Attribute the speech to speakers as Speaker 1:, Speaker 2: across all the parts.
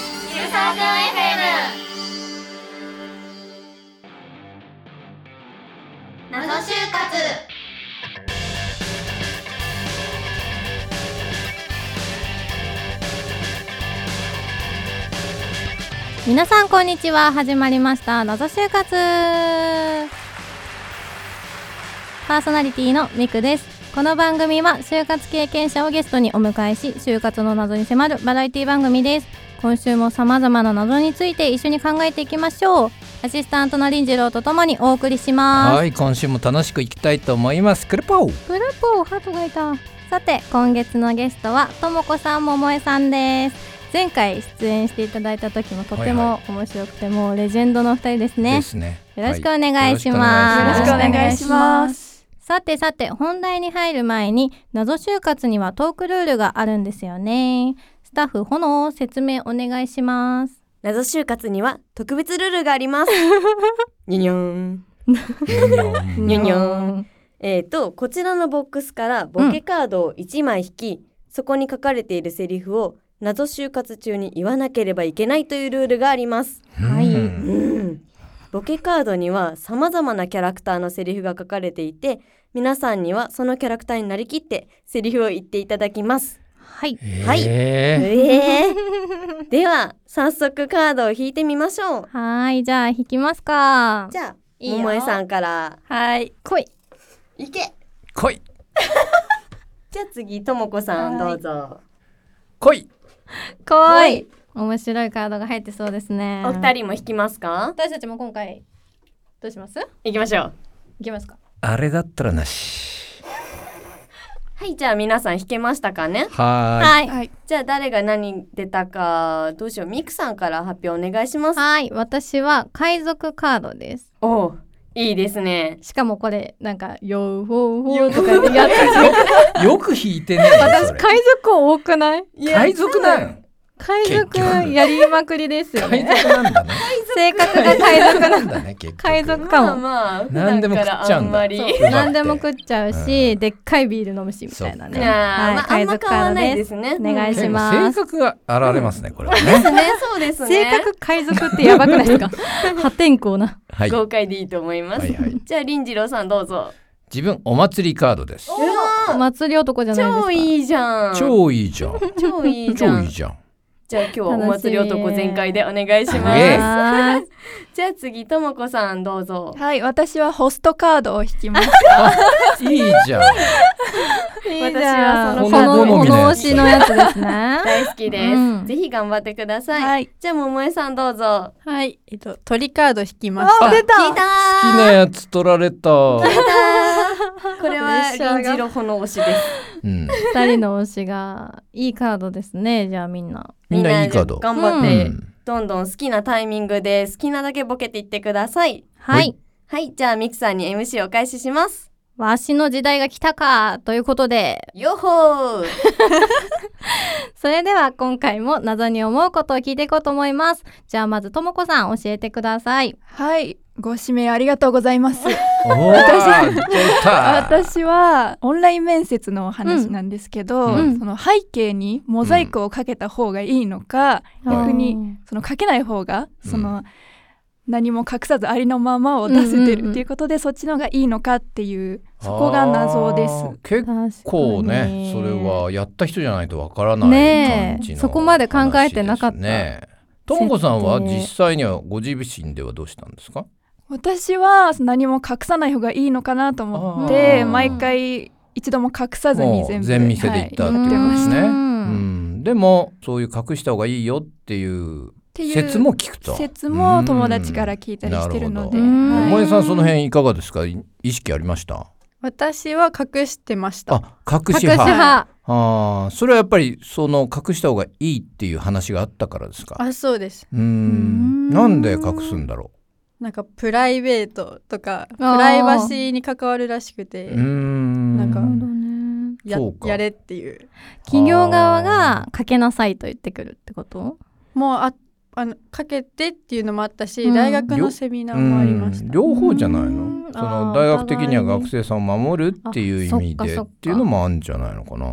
Speaker 1: ークン FM 謎就活
Speaker 2: 皆さんこんにちは始まりました謎就活パーソナリティのみくですこの番組は就活経験者をゲストにお迎えし就活の謎に迫るバラエティ番組です今週も様々な謎について一緒に考えていきましょうアシスタントのりんじろうとともにお送りします
Speaker 3: はい、今週も楽しくいきたいと思います。クルポー。
Speaker 2: プルポーハートがいたさて今月のゲストはともこさんももえさんです前回出演していただいた時もとても面白くて、もうレジェンドのお二人ですね
Speaker 3: ですね。
Speaker 2: よろしくお願いします
Speaker 3: はい
Speaker 4: よろしくお願いします。
Speaker 2: さてさて本題に入る前に謎就活にはトークルールがあるんですよねスタッフ炎説明お願いします
Speaker 4: 謎就活には特別ルールがあり ます。にょにょん。
Speaker 3: うん
Speaker 4: にょにょん。えーと、こちらのボックスからボケカードを1枚引き、そこに書かれているセリフを謎就活中に言わなければいけないというルールがあります。
Speaker 2: は
Speaker 3: う
Speaker 2: い
Speaker 3: ん
Speaker 4: うん。ボケカードには様々なキャラクターのセリフが書かれていて、皆さんにはそのキャラクターになりきってセリフを言っていただきます。
Speaker 2: はい
Speaker 4: はい
Speaker 3: え
Speaker 4: えー では、早速カードを引いてみましょう。
Speaker 2: はーいじゃあ引きますか
Speaker 4: じゃあ、
Speaker 2: いいよ
Speaker 4: 桃江さんから
Speaker 2: はい来い
Speaker 4: いけ
Speaker 3: ー来い
Speaker 4: じゃあ次ともこさんどうぞ
Speaker 3: 来い。
Speaker 2: 来い面白いカードが入ってそうですね
Speaker 4: お二人も引きますか
Speaker 2: 私たちも今回どうします
Speaker 4: 行きましょう
Speaker 2: いきますか
Speaker 3: あれだったらなし。
Speaker 4: はいじゃあ皆さん引けましたかね
Speaker 3: は
Speaker 2: はいはい
Speaker 4: じゃあ誰が何出たかどうしようミクさんから発表お願いします
Speaker 2: 私は海賊カードです
Speaker 4: おういいですね
Speaker 2: しかもこれなんかヨーホーホーとかでやってて
Speaker 3: ーい。よく引いてね。そ
Speaker 2: 私
Speaker 3: れ
Speaker 2: 海賊王多くない
Speaker 3: 海賊なんん。
Speaker 2: 海賊
Speaker 3: 結局
Speaker 2: やりまくりですよ
Speaker 3: 海
Speaker 2: ね
Speaker 3: 賊なんだね。
Speaker 2: 性格が海賊
Speaker 3: なんだね結局。
Speaker 2: 海賊か
Speaker 4: まあ
Speaker 2: も、
Speaker 4: まあ
Speaker 3: 何でも食っちゃうんだ
Speaker 4: 普段からあんまり
Speaker 3: そう
Speaker 2: 何でも食っちゃうし、
Speaker 3: うん
Speaker 2: でっかいビール飲むしみたいな
Speaker 4: じ
Speaker 2: ね
Speaker 4: ゃあ、
Speaker 2: はい
Speaker 4: まあ、あんま変わらない
Speaker 2: 海
Speaker 4: で
Speaker 2: 賊
Speaker 4: すね
Speaker 2: お願いしま
Speaker 3: 性格が現れますねこれはね。
Speaker 4: すねそうですね
Speaker 2: 性格海賊ってやばくないですか 破天荒な
Speaker 3: はい。
Speaker 4: 豪快でいいと思いま
Speaker 3: は
Speaker 4: す、
Speaker 3: いはい
Speaker 4: じゃあ林次郎さんどうぞ
Speaker 3: 自分お祭りカードです。
Speaker 2: お祭り男じゃないですか
Speaker 4: 超いいじゃん
Speaker 3: 超いいじゃん。
Speaker 4: 超いいじゃ
Speaker 3: 超
Speaker 4: ん
Speaker 3: いいじゃん。
Speaker 4: じゃあ今日はお祭り男全開でお願いしま
Speaker 3: イエ
Speaker 4: す
Speaker 3: イ。
Speaker 2: はい
Speaker 4: じゃあ次ともこさんどうぞ。
Speaker 5: はい、私はホストカードを引きます。
Speaker 3: いいじゃん。
Speaker 2: いい
Speaker 4: 私
Speaker 2: じゃ
Speaker 4: は
Speaker 2: ん
Speaker 4: その
Speaker 2: この
Speaker 3: 好
Speaker 2: こ
Speaker 3: みの
Speaker 2: の
Speaker 3: や
Speaker 2: 推
Speaker 3: つ
Speaker 2: しのやつですね
Speaker 4: 大好きです。
Speaker 2: うん
Speaker 4: ぜひ頑張ってください。
Speaker 5: はい、
Speaker 4: じゃあ桃江さんどうぞ。
Speaker 5: はい、えっと、鳥カード引きました。
Speaker 2: 出
Speaker 4: 聞いた
Speaker 3: 好きなやつ取られた。
Speaker 4: これは臨時ロホの推しです。
Speaker 3: うん。
Speaker 2: 二人の推しがいいカードですねじゃあ みんな
Speaker 3: みんないいカード。
Speaker 4: 頑張っ
Speaker 3: う
Speaker 4: て、
Speaker 3: ん
Speaker 4: どんどん好きなタイミングで好きなだけボケていってください。
Speaker 2: は
Speaker 3: はいい
Speaker 4: はい、じゃあミクさんに MC お返しします。
Speaker 2: わしの時代が来たかということで
Speaker 4: よっほー
Speaker 2: それでは今回も謎に思うことを聞いていこうと思いますじゃあまずともこさん教えてください
Speaker 5: はい、ご指名ありがとうございます。
Speaker 3: お私出た。
Speaker 5: 私はオンライン面接のお話なんですけど、
Speaker 2: うん
Speaker 5: その背景にモザイクをかけた方がいいのか、
Speaker 3: はい
Speaker 5: 逆にそのかけない方が、
Speaker 3: うん
Speaker 5: その何も隠さずありのままを出せて
Speaker 2: うんうんうん
Speaker 5: るっていうことで、そっちの方がいいのかっていう、そこが謎です。
Speaker 3: あー結構ね、それはやった人じゃないとわからない
Speaker 2: ねえ
Speaker 3: 感じの、
Speaker 2: そこまで考えてなかった
Speaker 3: ね。ともこさんは
Speaker 2: 設定
Speaker 3: 実際にはご自身ではどうしたんですか？
Speaker 5: 私は何も隠さない方がいいのかなと思
Speaker 2: あ
Speaker 5: っ
Speaker 2: ー
Speaker 5: て毎回一度も隠さずに
Speaker 3: も
Speaker 5: 全
Speaker 3: う
Speaker 5: 部
Speaker 3: 全店で行った
Speaker 5: は
Speaker 3: ってこ
Speaker 5: い言
Speaker 3: と
Speaker 5: って
Speaker 3: で
Speaker 5: まし
Speaker 3: す
Speaker 5: た
Speaker 3: ね。
Speaker 5: っ
Speaker 2: う
Speaker 3: うんん。でもそういう隠した方がいいよっていう
Speaker 5: ていう
Speaker 3: 説も聞くと。
Speaker 5: 説も友達から聞いたりしてるので
Speaker 3: う
Speaker 2: なるほど
Speaker 5: は
Speaker 2: 思
Speaker 3: 萌
Speaker 5: い
Speaker 3: えさんその辺いかがですか？い意識ありました？
Speaker 6: 私は隠してました。
Speaker 3: あ、隠
Speaker 2: 隠
Speaker 3: し
Speaker 2: し
Speaker 3: 派。
Speaker 2: 派
Speaker 3: ああ、それはやっぱりその隠した方がいいっていう話があったからですか。
Speaker 6: あ、そうです。
Speaker 3: うーん。なんで隠すんだろ
Speaker 6: なんかプライベートとかプ
Speaker 2: あー
Speaker 6: ライバシーに関わるらしく
Speaker 3: う。
Speaker 6: て
Speaker 3: うー、ん。
Speaker 6: なんかや
Speaker 3: そうか
Speaker 6: やれっていう。
Speaker 2: 企業側がかけなさいと言ってくるってこと
Speaker 6: もうああのかけてっていうのもあったし、
Speaker 2: うん
Speaker 6: 大学のセミナーもありまし
Speaker 3: うん
Speaker 6: た。
Speaker 3: 両方じゃないうの
Speaker 2: ん。
Speaker 3: そ
Speaker 2: あー
Speaker 3: の大学的には学生さんを守るっていう意味
Speaker 2: あ
Speaker 3: で
Speaker 2: そっかそっ
Speaker 3: っ
Speaker 2: か
Speaker 3: ていうのもあるんじゃないのかな。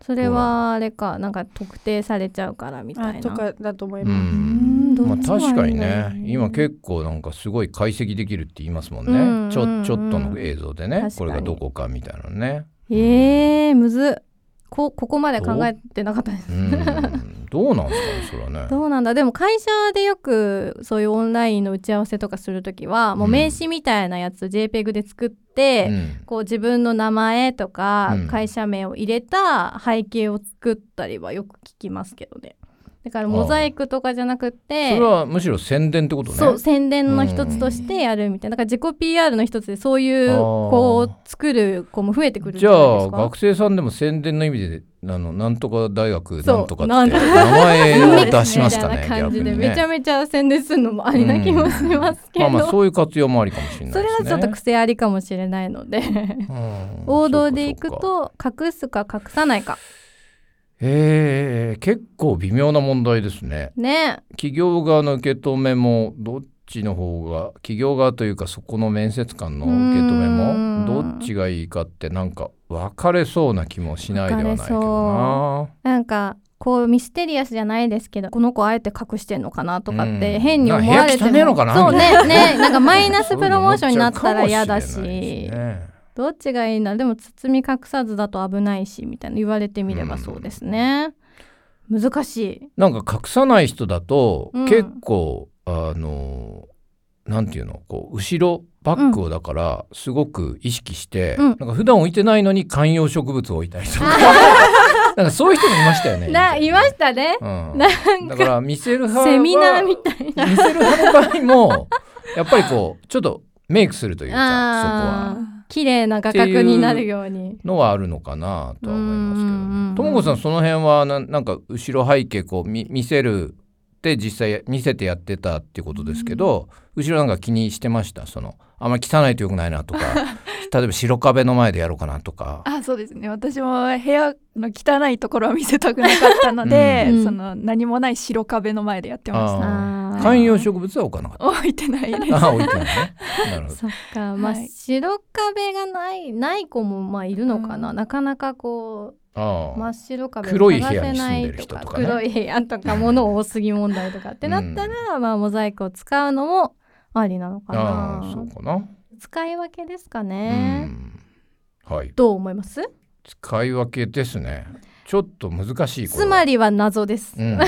Speaker 2: それはあれかなんか特定されちゃうからみた
Speaker 6: あ
Speaker 2: いな
Speaker 6: とかだと思い
Speaker 3: うん
Speaker 6: ます。
Speaker 2: う
Speaker 5: ど
Speaker 3: まあ
Speaker 5: っちも
Speaker 3: 確かに
Speaker 5: あ
Speaker 3: ね
Speaker 5: るんだよ
Speaker 3: 今結構なんかすごい解析できるって言いますもんね、
Speaker 2: うん
Speaker 3: ちょ
Speaker 2: うん
Speaker 3: ちょっとの映像でね
Speaker 2: 確か
Speaker 3: こ
Speaker 2: に
Speaker 3: れがどこかみたいなのね、
Speaker 2: えー、むずっこここまで考えてなかったです
Speaker 3: う。 ん、どうなんですかねそれはね
Speaker 2: どうなんだでも会社でよくそういうオンラインの打ち合わせとかするときはもう名刺みたいなやつ JPEG で作って、
Speaker 3: うん
Speaker 2: こう自分の名前とか
Speaker 3: うん
Speaker 2: 会社名を入れた背景を作ったりはよく聞きますけどねだからモザイクとかじゃなく
Speaker 3: そ
Speaker 2: て
Speaker 3: れはむしろ宣伝ってことね
Speaker 2: そう宣伝の一つとしてやるみたいなだから自己 PR の一つでそういう
Speaker 3: あー
Speaker 2: こう作る子も増えてくるん
Speaker 3: じ
Speaker 2: じ
Speaker 3: ゃ
Speaker 2: ゃないで
Speaker 3: あ
Speaker 2: すか
Speaker 3: 学生さんでも宣伝の意味であのなんとか大学
Speaker 2: そう
Speaker 3: なんとかって
Speaker 2: な
Speaker 3: 名
Speaker 2: んとか
Speaker 3: 前を出しましたね
Speaker 2: み たいな感
Speaker 3: 逆
Speaker 2: じ
Speaker 3: に
Speaker 2: で
Speaker 3: ね
Speaker 2: めちゃめちゃ宣伝するのもありな気もし ますけ
Speaker 3: まあ
Speaker 2: ど、
Speaker 3: まあそういう活用もありかもしれな
Speaker 2: そ
Speaker 3: い
Speaker 2: れ
Speaker 3: です
Speaker 2: は
Speaker 3: ね
Speaker 2: ちょっと癖ありかもしれないので
Speaker 3: うん
Speaker 2: 王道でいく
Speaker 3: そうかそうか
Speaker 2: と隠すか隠さないか
Speaker 3: えー結構微妙な問題ですね
Speaker 2: ね
Speaker 3: 企業側の受け止めもどっちの方が企業側というかそこの面接官の受け止め
Speaker 2: うーん
Speaker 3: もどっちがいいかってなんか分かれそうな気もしないではないけど
Speaker 2: 分
Speaker 3: な
Speaker 2: なんかこうミステリアスじゃないですけどこの子あえて隠してんのかなとかっ
Speaker 3: う
Speaker 2: て
Speaker 3: ん
Speaker 2: 変に思われても、
Speaker 3: なんか部屋汚ねえのかな
Speaker 2: そう
Speaker 3: みた
Speaker 2: ねねなんかマイナス
Speaker 3: そう
Speaker 2: プロモーションになったら嫌だし
Speaker 3: 思っちゃうかもれないですね
Speaker 2: どっちがいいんだでも包み隠さずだと危ないしみたいな言われてみればそうですね、難しい
Speaker 3: なんか隠さない人だと、
Speaker 2: うん
Speaker 3: 結構あのなんていうのこう後ろバッグをだからすごく意識して、
Speaker 2: うん
Speaker 3: なんか普段置いてないのに観葉植物を置いたりと かなんかそういう人もいましたよね。
Speaker 2: な言いました ね
Speaker 3: うん、
Speaker 2: なん
Speaker 3: だ
Speaker 2: か
Speaker 3: から見せる派は
Speaker 2: セミナーみたいな
Speaker 3: 見せる派の場合もやっぱりこうちょっとメイクするというかそこ
Speaker 2: あ
Speaker 3: は
Speaker 2: ー綺麗な画角になるように
Speaker 3: のはあるのかなと
Speaker 2: う
Speaker 3: は思いますけど
Speaker 2: んうんうんう
Speaker 3: ね
Speaker 2: ん
Speaker 3: ともこさんその辺はななんか後ろ背景こう見見せるって実際見せてやってたっていうことですけど、後ろなんか気にしてましたそのあんまり汚いとよくないな とか例えば白壁の前でやろうかなとか。
Speaker 5: あそうですね私も部屋の汚いところは見せたくなかったの で、
Speaker 2: うん
Speaker 5: その何もない白壁の前でやってまし
Speaker 3: あ
Speaker 5: た
Speaker 2: あー
Speaker 3: 観葉植物は置かなかっ
Speaker 5: 置いてないです
Speaker 3: た。あ置いてないね。なるほど。
Speaker 2: そっか、まあ、
Speaker 5: はい
Speaker 2: 白壁がないない子もまあいるのかな、
Speaker 5: うん
Speaker 2: なかなかこ
Speaker 3: あ
Speaker 2: う
Speaker 3: ー
Speaker 2: 真っ白壁を
Speaker 3: 黒い
Speaker 2: 探
Speaker 3: 部屋
Speaker 2: せ
Speaker 3: に
Speaker 2: な
Speaker 3: 住んで
Speaker 2: い
Speaker 3: る
Speaker 2: と
Speaker 3: 人
Speaker 2: か
Speaker 3: とかね
Speaker 2: 黒い部屋とか物多すぎ問題とかってなったら、まあモザイクを使うのもありなのか
Speaker 3: あーそ
Speaker 2: な
Speaker 3: うかな。
Speaker 2: 使い分けですか
Speaker 3: う
Speaker 2: ね、
Speaker 3: ん。はい。
Speaker 2: どう思います
Speaker 3: 使い分けですね。ちょっと難しい。これ
Speaker 2: つ
Speaker 3: は
Speaker 2: まりは謎です、
Speaker 3: うん、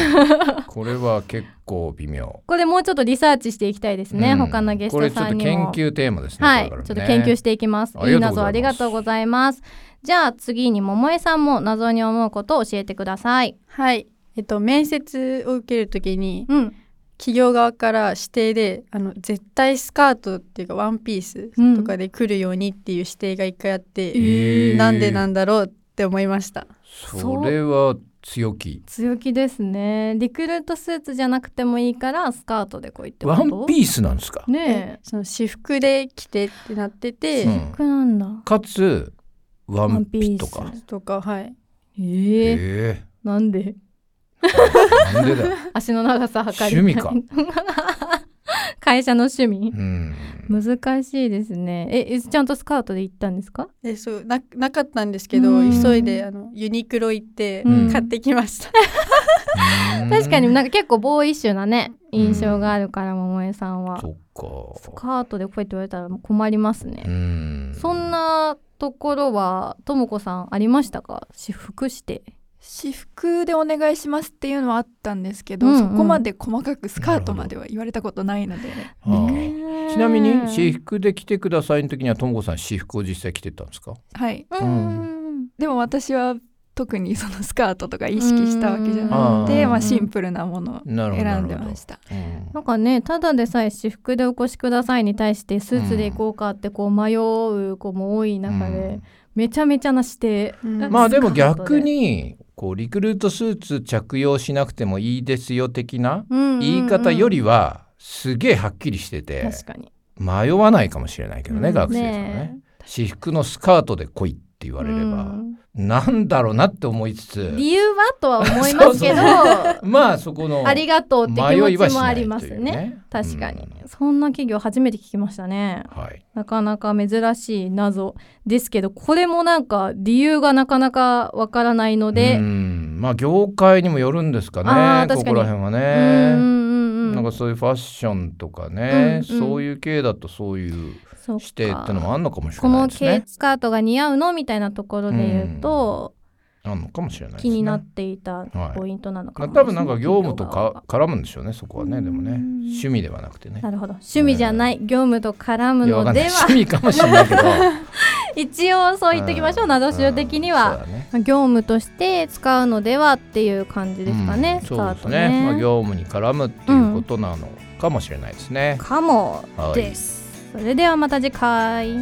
Speaker 3: これは結構微妙。
Speaker 2: これもうちょっとリサーチしていきたいですね、
Speaker 3: うん
Speaker 2: 他のゲス
Speaker 3: これ
Speaker 2: ト
Speaker 3: ちょっ
Speaker 2: さ
Speaker 3: と
Speaker 2: んに
Speaker 3: 研
Speaker 2: も
Speaker 3: 究テーマですね。
Speaker 2: はい、
Speaker 3: これ
Speaker 2: ちょ
Speaker 3: か
Speaker 2: っ
Speaker 3: ら
Speaker 2: と
Speaker 3: ね
Speaker 2: 研究していきます。
Speaker 3: あ
Speaker 2: い
Speaker 3: り
Speaker 2: い
Speaker 3: がとうございます
Speaker 2: 謎ありがとうございます。じゃあ次に桃江さんも謎に思うことを教えてください。
Speaker 6: はい。えっと、面接を受けるときに、
Speaker 2: うん、
Speaker 6: 企業側から指定で、あの、絶対スカートっていうか、ワンピースとかで来るようにっていう指定が一回あって、
Speaker 3: えー
Speaker 6: なんでなんだろうって思いました。
Speaker 3: それは強気。
Speaker 2: 強気ですね。リクルートスーツじゃなくてもいいからスカートでこう言って
Speaker 3: ワン
Speaker 2: ー
Speaker 3: ピースなんですか。
Speaker 2: ね
Speaker 6: その私服で着てってなってて、
Speaker 3: うん
Speaker 2: え、服なんだ。
Speaker 3: かつワンピと
Speaker 2: ワン
Speaker 3: か
Speaker 2: ピ。
Speaker 6: とか、はい。
Speaker 2: ええ
Speaker 3: え
Speaker 2: なんで
Speaker 3: ー、なんでだよ。
Speaker 2: 足の長さ測りたい
Speaker 3: 趣
Speaker 2: 会社の趣味
Speaker 3: う。ん。
Speaker 2: 難しいですね。え、えちゃんとスカートで行ったんですか？
Speaker 6: えそうななかったんですけど、
Speaker 2: うん
Speaker 6: 急いであのユニクロ行って
Speaker 2: うん
Speaker 6: 買ってきました、
Speaker 2: 確かに
Speaker 3: うん
Speaker 2: なんか結構ボーイッシュなね印象があるから桃江さんは。
Speaker 3: そっ
Speaker 2: ス
Speaker 3: か。
Speaker 2: カートでこうやって言われたら困りますね、
Speaker 3: うん。
Speaker 2: そん。なところはともこさんありましたか私服して
Speaker 5: 私服でお願いしますっていうのはあったんですけど、
Speaker 2: うんうん
Speaker 5: そこまで細かくスカートまでは言われたことないので
Speaker 3: あーちなみに私服で来てくださいの時にはともこさん私服を実際着てたんですか。
Speaker 5: はい
Speaker 2: うん
Speaker 5: でも私は特にそのスカートとか意識したわけじゃなく
Speaker 3: うん
Speaker 5: て、
Speaker 3: あー
Speaker 5: まあ、シンプルなものを
Speaker 3: なるほど。
Speaker 5: 選んでました
Speaker 3: なるほど。うん
Speaker 2: なんかねただでさえ私服でお越しくださいに対してスーツで行こうかってこう迷う子も多い中で、
Speaker 3: うん
Speaker 2: めちゃめちゃな指定
Speaker 6: うん
Speaker 3: まあでも
Speaker 2: スカートで
Speaker 3: 逆にこうリクルートスーツ着用しなくてもいいですよ的な言い方より
Speaker 2: は
Speaker 3: はすげえはっきりしてて
Speaker 2: 確かに
Speaker 3: 迷わないかもしれないけど
Speaker 2: う
Speaker 3: ね
Speaker 2: ん
Speaker 3: 学生さんは
Speaker 2: ね
Speaker 3: ね。私服のスカートで来いって言われれ
Speaker 2: う
Speaker 3: ば
Speaker 2: ん
Speaker 3: なんだろうなって思いつつ
Speaker 2: 理由はとは思いますけど
Speaker 3: そうまあそこの
Speaker 2: ありがとうって気
Speaker 3: 迷い
Speaker 2: 持
Speaker 3: は
Speaker 2: ち
Speaker 3: し
Speaker 2: も
Speaker 3: な
Speaker 2: あ
Speaker 3: いとい
Speaker 2: り
Speaker 3: う
Speaker 2: ますね。確かに、
Speaker 3: うん
Speaker 2: そんな企業初めて聞きましたね
Speaker 3: はい。
Speaker 2: なかなか珍しい謎ですけどこれもなんか理由がなかなかわからないので
Speaker 3: うんまあ業界にもよるんですか
Speaker 2: あー
Speaker 3: ね
Speaker 2: 確
Speaker 3: こ
Speaker 2: かに
Speaker 3: こら辺は
Speaker 2: うんうん
Speaker 3: ね。
Speaker 2: うん
Speaker 3: なんなんかそういうファッションとかね、
Speaker 2: うんうん
Speaker 3: そういう系だとそういう
Speaker 2: そう
Speaker 3: 指定ってのもあんのかもし
Speaker 2: こ
Speaker 3: れない
Speaker 2: の
Speaker 3: です
Speaker 2: 系
Speaker 3: ね。
Speaker 2: スカートが似合うのみたいなところで言うと、
Speaker 3: あんのかもしれないですね。
Speaker 2: 気になっていた
Speaker 3: はい
Speaker 2: ポイントなのか
Speaker 3: まあ
Speaker 2: も、
Speaker 3: 多分なんか業務とか
Speaker 2: 企
Speaker 3: 絡むんでしょうねそこはねでもね
Speaker 2: うん
Speaker 3: 趣味ではなくてね
Speaker 2: 業側がなるほど趣味じゃない、業務と絡む
Speaker 3: いやわ
Speaker 2: の
Speaker 3: かん
Speaker 2: で
Speaker 3: ない
Speaker 2: は
Speaker 3: 趣味かもしれ ないけど
Speaker 2: 一応そう言っておきましょう、
Speaker 3: ん
Speaker 2: などしゅう的に
Speaker 3: うん
Speaker 2: は、
Speaker 3: そうだね
Speaker 2: 業務として使うのではっていう感じですかね、
Speaker 3: うん
Speaker 2: スカ
Speaker 3: そう
Speaker 2: ー
Speaker 3: です
Speaker 2: ト
Speaker 3: ね
Speaker 2: ね
Speaker 3: まあ業務に絡むっていうことなのかもしれないですね
Speaker 2: かも
Speaker 3: はい
Speaker 2: です、それではまた次回